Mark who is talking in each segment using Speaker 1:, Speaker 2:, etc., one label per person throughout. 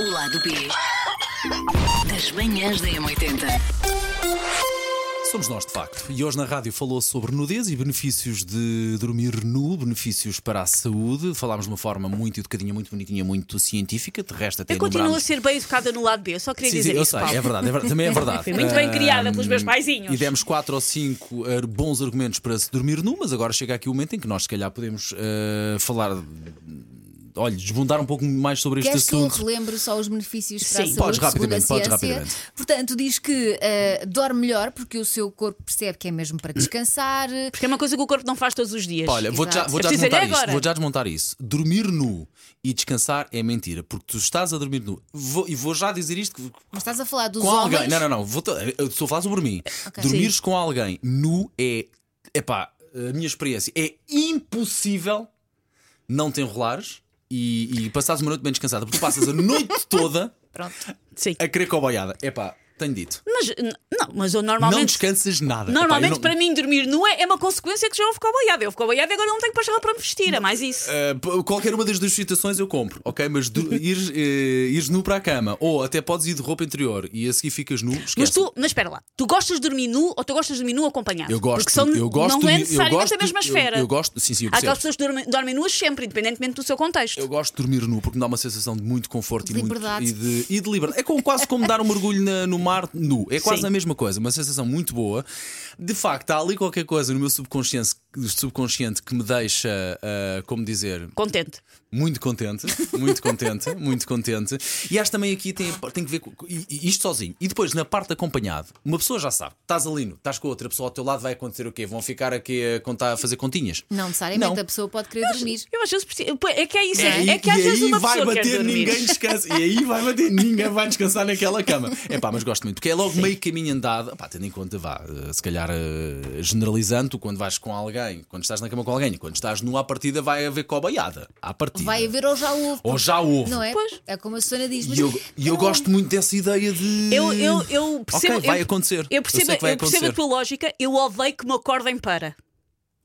Speaker 1: O lado B das manhãs da M80.
Speaker 2: Somos nós, de facto. E hoje na rádio falou sobre nudez e benefícios de dormir nu, benefícios para a saúde. Falámos de uma forma muito educadinha, muito bonitinha, muito científica. De resto, até
Speaker 3: Eu continuo a
Speaker 2: enumerámos-
Speaker 3: ser bem educada no lado B, eu só queria
Speaker 2: Sim,
Speaker 3: dizer
Speaker 2: sim, eu
Speaker 3: isso.
Speaker 2: sei,
Speaker 3: Paulo.
Speaker 2: é verdade, é verdade, também é verdade.
Speaker 3: Fui muito bem
Speaker 2: Ah,
Speaker 3: criada pelos meus paizinhos.
Speaker 2: E demos quatro ou cinco ar- bons argumentos para se dormir nu, mas agora chega aqui o momento em que nós, se calhar, podemos ah, falar. Olha, desbundar um pouco mais sobre este
Speaker 4: Queres que eu
Speaker 2: assunto.
Speaker 4: relembro só os benefícios para a
Speaker 3: Sim.
Speaker 4: saúde,
Speaker 2: Podes
Speaker 4: segundo
Speaker 2: rapidamente,
Speaker 4: a
Speaker 2: podes
Speaker 4: ciência?
Speaker 2: rapidamente.
Speaker 4: Portanto, diz que eh, dorme melhor porque o seu corpo percebe que é mesmo para descansar.
Speaker 3: Porque é uma coisa que o corpo não faz todos os dias.
Speaker 2: Olha, vou já,
Speaker 4: Exato.
Speaker 2: vou já
Speaker 3: Eu preciso
Speaker 2: desmontar
Speaker 3: olhar
Speaker 2: isto.
Speaker 3: agora.
Speaker 2: Vou já desmontar isso. Dormir nu e descansar é mentira, porque tu estás a dormir nu. Vou- e vou já dizer isto que-
Speaker 4: Mas estás a falar dos
Speaker 2: com
Speaker 4: homens.
Speaker 2: alguém. Não, não, não. Vou to- eu estou a falar sobre mim.
Speaker 4: Ok.
Speaker 2: Dormires com alguém nu é. Epá, a minha experiência é impossível não te enrolares e, e passares uma noite bem descansada, porque tu passas a noite toda
Speaker 4: Pronto.
Speaker 3: Sim.
Speaker 2: a querer com a boiada. Epá, tenho dito.
Speaker 3: Mas, n- não, mas eu
Speaker 2: Não
Speaker 3: normalmente.
Speaker 2: descansas nada. Epá, eu
Speaker 3: normalmente
Speaker 2: não-
Speaker 3: para mim dormir nu é, é uma consequência que já houve com a boiada. Eu fico com a boiada e agora não tenho paixão para me vestir, é mais isso.
Speaker 2: Uh, p- qualquer uma das duas situações eu compro, ok? Mas du- ires, eh, ires nu para a cama, ou até podes ir de roupa interior e a seguir ficas nu, esquece.
Speaker 3: Mas tu, mas espera lá, tu gostas de dormir nu ou tu gostas de dormir nu acompanhado?
Speaker 2: assim. eu gosto,
Speaker 3: Porque são,
Speaker 2: eu gosto,
Speaker 3: não
Speaker 2: de-
Speaker 3: é
Speaker 2: eu
Speaker 3: necessariamente
Speaker 2: gosto,
Speaker 3: a mesma
Speaker 2: eu-
Speaker 3: esfera.
Speaker 2: Eu, gosto, sim, sim, eu
Speaker 3: Há aquelas
Speaker 2: percebo.
Speaker 3: pessoas que dormem, dormem nuas sempre, independentemente do seu contexto.
Speaker 2: Eu gosto de dormir nu porque me dá uma sensação de muito conforto
Speaker 4: De
Speaker 2: e, muito-
Speaker 4: liberdade.
Speaker 2: e de, e de liberdade. É como- quase como dar um mergulho na- no mar nu. É quase
Speaker 3: Sim.
Speaker 2: a mesma coisa, uma sensação muito boa. De facto, há ali qualquer coisa no meu subconsciente, subconsciente que me deixa, ah, como dizer,
Speaker 3: Contente.
Speaker 2: Muito contente, muito contente, muito contente. E acho também aqui tem, tem que ver com, e- e isto sozinho. E depois, na parte de acompanhado, uma pessoa já sabe, estás ali, no- estás com outra pessoa ao teu lado, vai acontecer o quê? Vão ficar aqui a, contar, a fazer continhas?
Speaker 4: Não necessariamente
Speaker 2: Não.
Speaker 4: a pessoa pode querer dormir.
Speaker 3: Eu às vezes preciso. É que é isso,
Speaker 2: E
Speaker 3: é,
Speaker 2: aí-
Speaker 3: é que às
Speaker 2: e
Speaker 3: vezes
Speaker 2: aí
Speaker 3: uma
Speaker 2: vai
Speaker 3: pessoa quer
Speaker 2: bater,
Speaker 3: dormir.
Speaker 2: ninguém descansa. E aí vai bater, ninguém vai descansar naquela cama. É pá, mas gosto muito, porque é logo meio caminho andado. Pá, tendo em conta, vá, eh, se calhar eh, generalizando, tu quando vais com alguém, quando estás na cama com alguém, quando estás nua à partida, vai haver cobaiada. À partida.
Speaker 4: Vai haver ou já houve.
Speaker 2: Ou já houve.
Speaker 4: Não é?
Speaker 3: Pois.
Speaker 4: É como a Susana diz. Mas
Speaker 2: Oh, E eu, e eu gosto muito dessa ideia de.
Speaker 3: Eu, eu, eu percebo.
Speaker 2: vai
Speaker 3: eu-
Speaker 2: acontecer.
Speaker 3: Eu percebo,
Speaker 2: Eu sei que vai
Speaker 3: eu
Speaker 2: acontecer.
Speaker 3: percebo a tua lógica, eu odeio que me acordem para.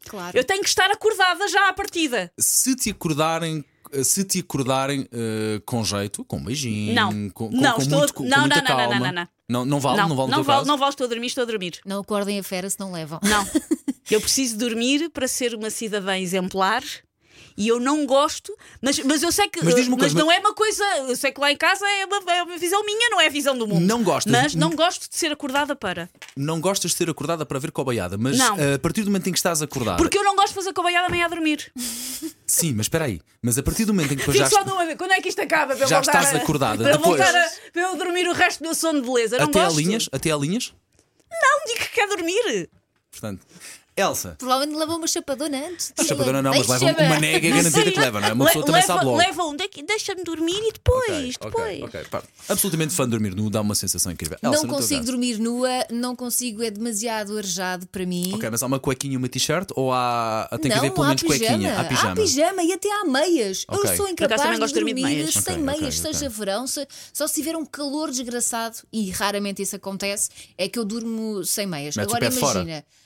Speaker 4: Claro.
Speaker 3: Eu tenho que estar acordada já à partida.
Speaker 2: Se te acordarem. eh, Se te acordarem eh, com jeito, com beijinho,
Speaker 3: Não.
Speaker 2: com, com,
Speaker 3: Não,
Speaker 2: com
Speaker 3: estou-
Speaker 2: muito, com
Speaker 3: não,
Speaker 2: muita
Speaker 3: não, não, não,
Speaker 2: calma.
Speaker 3: não, não.
Speaker 2: não, não vale, não, vale no
Speaker 3: não
Speaker 2: teu
Speaker 3: vale,
Speaker 2: caso?
Speaker 3: não vale, estou a dormir, estou a dormir.
Speaker 4: Não acordem a fera se não levam.
Speaker 3: Não. eu preciso dormir para ser uma cidadã exemplar. E eu não gosto, mas, mas eu sei que.
Speaker 2: Mas diz-me uma coisa,
Speaker 3: não é uma coisa. Eu sei que lá em casa é uma, é uma visão minha, não é a visão do mundo.
Speaker 2: Não gostas. Ah,
Speaker 3: Mas não gosto de ser acordada para.
Speaker 2: Não gostas de ser acordada para ver cobaiada, mas
Speaker 3: Não.
Speaker 2: eh, a partir do momento em que estás acordada.
Speaker 3: Porque eu não gosto de fazer cobaiada nem a dormir.
Speaker 2: Sim, mas espera aí. Mas a partir do momento em que tu já
Speaker 3: Fico só de uma vez. Quando é que isto acaba? Para eu
Speaker 2: Já
Speaker 3: voltar
Speaker 2: estás
Speaker 3: a-
Speaker 2: acordada.
Speaker 3: Para eu
Speaker 2: Depois.
Speaker 3: voltar a. Para eu dormir o resto do meu sono de beleza. Não
Speaker 2: até a
Speaker 3: gosto.
Speaker 2: linhas, até a linhas,
Speaker 3: Não digo que quer dormir.
Speaker 2: portanto, Elsa,
Speaker 4: Provavelmente levam uma chapadona antes.
Speaker 2: a chapadona não, mas leva
Speaker 4: Deixa-me.
Speaker 2: uma nega garantida que leva, não é? Uma
Speaker 3: Le-
Speaker 2: pessoa também
Speaker 3: leva-
Speaker 2: sabe logo.
Speaker 3: Leva um, de- deixa-me dormir e depois.
Speaker 2: Ok,
Speaker 3: depois.
Speaker 2: ok, ok, pá. Absolutamente fã de dormir nu, dá uma sensação incrível. Elsa,
Speaker 4: Não
Speaker 2: no teu
Speaker 4: consigo
Speaker 2: caso?
Speaker 4: dormir nua, não consigo, é demasiado arejado para mim.
Speaker 2: Ok, mas há uma cuequinha e uma t-shirt ou há. Tem que
Speaker 4: não,
Speaker 2: haver pelo
Speaker 4: há
Speaker 2: menos
Speaker 4: pijama,
Speaker 2: cuequinha? Há pijama.
Speaker 4: e até há meias.
Speaker 2: Ok.
Speaker 4: Eu sou
Speaker 3: Por acaso também
Speaker 4: incapaz
Speaker 3: gosto
Speaker 4: de
Speaker 3: de dormir
Speaker 4: dormir
Speaker 3: de meias.
Speaker 4: sem
Speaker 2: Ok, ok,
Speaker 4: meias,
Speaker 2: ok.
Speaker 4: seja verão, se- só se tiver um calor desgraçado, e raramente isso acontece, é que eu durmo sem meias.
Speaker 2: Metes o pé
Speaker 4: Agora
Speaker 2: de
Speaker 4: imagina.
Speaker 2: fora.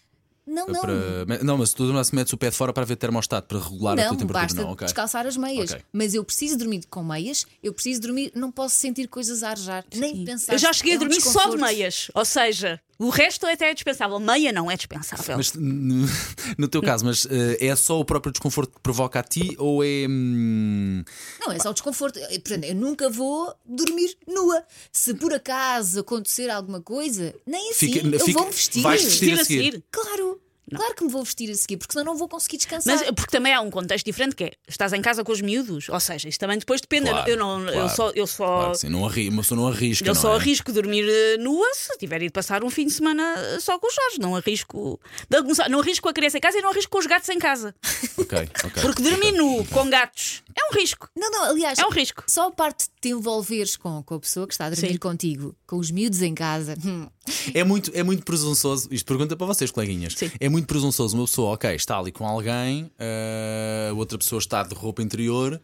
Speaker 4: Não, não.
Speaker 2: Para- me- Não, mas tu não se metes o pé de fora para ver termostato, para regular a
Speaker 4: Não,
Speaker 2: tua temperatura.
Speaker 4: basta
Speaker 2: não, ok.
Speaker 4: descalçar as meias.
Speaker 2: Ok.
Speaker 4: Mas eu preciso dormir com meias, eu preciso dormir, não posso sentir coisas a arejar, nem pensar.
Speaker 3: Eu já cheguei
Speaker 4: É
Speaker 3: a
Speaker 4: um
Speaker 3: dormir só de
Speaker 4: desconforto.
Speaker 3: meias. Ou seja, o resto até é dispensável. Meia não é dispensável.
Speaker 2: Mas n- no teu caso, mas eh, é só o próprio desconforto que provoca a ti ou é. hum,
Speaker 4: Não, é só o desconforto. Eh, Por exemplo, eu nunca vou dormir nua. Se por acaso acontecer alguma coisa, nem assim.
Speaker 2: Fica-
Speaker 4: eu
Speaker 2: fica-
Speaker 4: vou me vestir.
Speaker 2: vais vestir a seguir.
Speaker 4: Claro, claro que me vou vestir a seguir, porque senão não vou conseguir descansar.
Speaker 3: Mas porque também há um contexto diferente que é estás em casa com os miúdos, ou seja, isto também depois depende. Eu
Speaker 2: Claro,
Speaker 3: não- eu não, eu
Speaker 2: claro,
Speaker 3: só, eu só,
Speaker 2: Claro que sim, não arri... uma pessoa não arrisca.
Speaker 3: Oh. eu
Speaker 2: não
Speaker 3: só
Speaker 2: é?
Speaker 3: arrisco dormir eh, nua se tiver ido passar um fim de semana eh, só com os Jorge. Não arrisco, de algum- não arrisco a criança em casa e não arrisco com os gatos em casa.
Speaker 2: Ok, ok.
Speaker 3: Porque dormir nu com gatos é um risco.
Speaker 4: Não, não, aliás,
Speaker 3: É um risco.
Speaker 4: só a parte de te envolveres com, com a pessoa que está a dormir
Speaker 3: Sim.
Speaker 4: contigo, com os miúdos em casa. Hum.
Speaker 2: É muito, é muito presunçoso. Isto pergunta para vocês, coleguinhas.
Speaker 3: Sim.
Speaker 2: É muito presunçoso uma pessoa, ok, está ali com alguém, eh, a outra pessoa está de roupa interior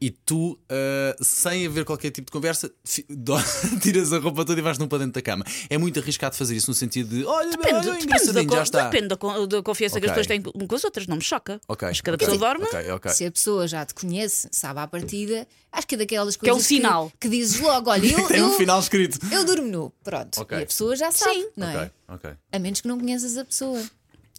Speaker 2: e tu, ah, sem haver qualquer tipo de conversa, fi- dó- tiras a roupa toda e vais num para dentro da cama. É muito arriscado fazer isso no sentido de olha,
Speaker 3: Depende,
Speaker 2: olha,
Speaker 3: depende, da,
Speaker 2: engraçadinho, já
Speaker 3: co-
Speaker 2: está.
Speaker 3: depende da, co- da confiança que as
Speaker 2: Ok.
Speaker 3: pessoas têm um com as outras, não me choca.
Speaker 2: Ok,
Speaker 3: Acho que cada
Speaker 2: ok,
Speaker 3: pessoa dorme.
Speaker 2: ok, ok.
Speaker 4: Se a pessoa já te conhece, sabe à partida, acho que é
Speaker 3: é
Speaker 4: daquelas
Speaker 3: um
Speaker 4: coisas
Speaker 3: sinal.
Speaker 4: que, dizes logo: olha, eu,
Speaker 2: Tem um
Speaker 4: eu-
Speaker 2: final escrito.
Speaker 4: Eu durmo nu, pronto.
Speaker 2: Ok.
Speaker 4: E a pessoa já sabe,
Speaker 3: Sim.
Speaker 4: não é?
Speaker 2: Ok, ok.
Speaker 4: A menos que não conheças a pessoa.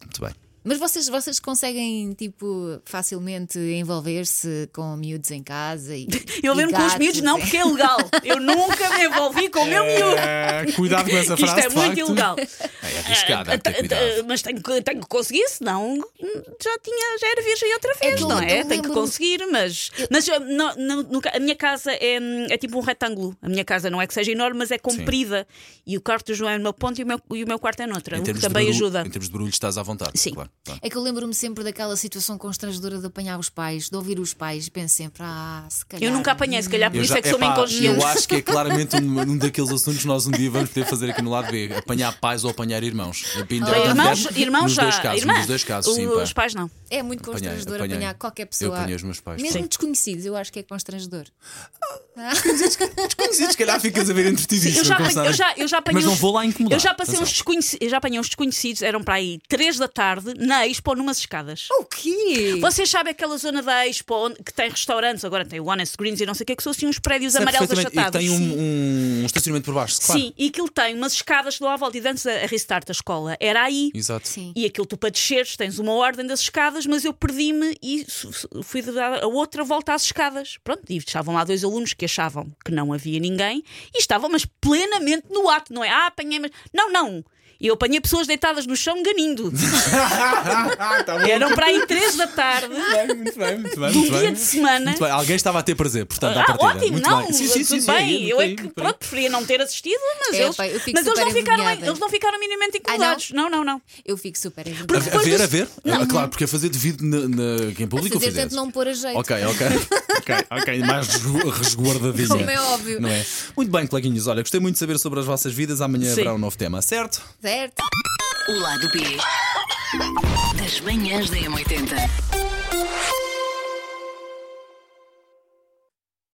Speaker 2: Muito bem.
Speaker 4: Mas vocês, vocês conseguem, tipo, facilmente envolver-se com miúdos em casa e.
Speaker 3: Eu
Speaker 4: e
Speaker 3: lembro com os
Speaker 4: gatos,
Speaker 3: miúdos, não,
Speaker 4: é?
Speaker 3: porque é legal. Eu nunca me envolvi com o meu miúdo.
Speaker 2: É, cuidado com essa
Speaker 3: Que
Speaker 2: frase.
Speaker 3: isto é
Speaker 2: de
Speaker 3: muito
Speaker 2: facto.
Speaker 3: ilegal.
Speaker 2: É arriscado, há que ter
Speaker 3: Ah,
Speaker 2: cuidado.
Speaker 3: ah, Mas tenho que, tenho que conseguir, senão hum, já, tinha, já era virgem outra vez,
Speaker 4: que eu-
Speaker 3: não
Speaker 4: eu
Speaker 3: é? Tenho que
Speaker 4: lembro-me-
Speaker 3: conseguir, mas. Mas ah, não- não- nunca- a minha casa é, hum, é tipo um retângulo. A minha casa não é que seja enorme, mas é comprida. E o quarto do João é numa ponta e o meu, e o meu quarto é noutra, o que
Speaker 2: termos de
Speaker 3: também
Speaker 2: barulho-
Speaker 3: ajuda.
Speaker 2: Em termos de barulho, estás à vontade.
Speaker 3: Sim.
Speaker 2: Claro, claro.
Speaker 4: É que eu lembro-me sempre daquela situação constrangedora de apanhar os pais, de ouvir os pais, e penso sempre, ah, se calhar.
Speaker 3: Eu nunca apanhei, se calhar por isso é que sou uma
Speaker 2: epá,
Speaker 3: inconsciente.
Speaker 2: eu acho que é claramente um, um daqueles assuntos que nós um dia vamos poder fazer aqui no lado B: apanhar pais ou apanhar irmãos. Ainda
Speaker 3: Ah,
Speaker 2: há
Speaker 3: Irmãos,
Speaker 2: tanto-
Speaker 3: irmãos
Speaker 2: nos
Speaker 3: já.
Speaker 2: Dois casos,
Speaker 3: irmã,
Speaker 2: nos dois casos, sim,
Speaker 3: o-
Speaker 2: pá.
Speaker 3: os pais não.
Speaker 4: É muito
Speaker 2: Apanhei,
Speaker 4: constrangedor
Speaker 2: apanhei.
Speaker 4: apanhar qualquer pessoa.
Speaker 2: Eu apanhei os meus pais,
Speaker 4: Mesmo
Speaker 2: sim.
Speaker 4: desconhecidos, eu acho que é constrangedor.
Speaker 2: Desconhecidos, assim, se calhar ficas a ver entretido.
Speaker 3: Eu já, apanhei- eu já, eu já apanhei
Speaker 2: Mas não
Speaker 3: uns-
Speaker 2: vou lá incomodar.
Speaker 3: Eu já passei
Speaker 2: Atenção.
Speaker 3: uns desconhecidos, eu já apanhei uns desconhecidos, eram para aí 3 da tarde, na Expo, numas escadas.
Speaker 4: O quê?
Speaker 3: Vocês sabem aquela zona da Expo onde- que tem restaurantes, agora tem o Honest Greens e não sei o que, que são assim uns prédios
Speaker 2: Sabe
Speaker 3: amarelos
Speaker 2: perfeitamente.
Speaker 3: achatados.
Speaker 2: E tem um, um estacionamento por baixo, claro.
Speaker 3: Sim, e aquilo tem umas escadas que dão à volta e de antes a a restart a escola era aí.
Speaker 2: Exato.
Speaker 4: Sim.
Speaker 3: E aquilo tu para desceres tens uma ordem das escadas, mas eu perdi-me e su- su- fui dar a outra volta às escadas. Pronto, e estavam lá dois alunos que achavam que não havia ninguém e estavam, mas plenamente no ato, não é? Ah, apanhei, mas. Não, não! Eu apanhei pessoas deitadas no chão ganindo.
Speaker 2: Tá bom.
Speaker 3: Eram para aí três da tarde.
Speaker 2: Muito bem, muito bem.
Speaker 3: É. Do
Speaker 2: muito
Speaker 3: dia
Speaker 2: bem.
Speaker 3: de semana.
Speaker 2: Muito bem. Alguém estava a ter prazer, portanto, à
Speaker 3: Ah,
Speaker 2: partida.
Speaker 3: ótimo,
Speaker 2: muito
Speaker 3: não,
Speaker 2: bem. Sim, sim,
Speaker 3: tudo
Speaker 2: sim, sim,
Speaker 3: bem.
Speaker 2: muito
Speaker 3: eu é
Speaker 2: bem,
Speaker 3: que,
Speaker 2: muito bem.
Speaker 3: pronto, preferia não ter assistido, mas,
Speaker 4: É,
Speaker 3: eles,
Speaker 4: pá, eu fico
Speaker 3: mas eles, não
Speaker 4: super
Speaker 3: ficaram,
Speaker 4: envergonhada.
Speaker 3: eles não ficaram minimamente incomodados. não, não, não.
Speaker 4: Eu fico super
Speaker 2: A,
Speaker 4: envergonhada.
Speaker 2: a ver, a ver? Ah, claro, porque a fazer devido na, na, que é em público eu
Speaker 4: fazer
Speaker 2: fizesse.
Speaker 4: tanto não pôr a jeito.
Speaker 2: Ok, ok. ok, ok. Mais resgu- resguardadinha.
Speaker 4: Como é óbvio.
Speaker 2: Não é? Muito bem, coleguinhas. Olha, gostei muito de saber sobre as vossas vidas. Amanhã
Speaker 3: Sim.
Speaker 2: haverá um novo tema, certo?
Speaker 4: Certo?
Speaker 1: O lado B das manhãs da M80.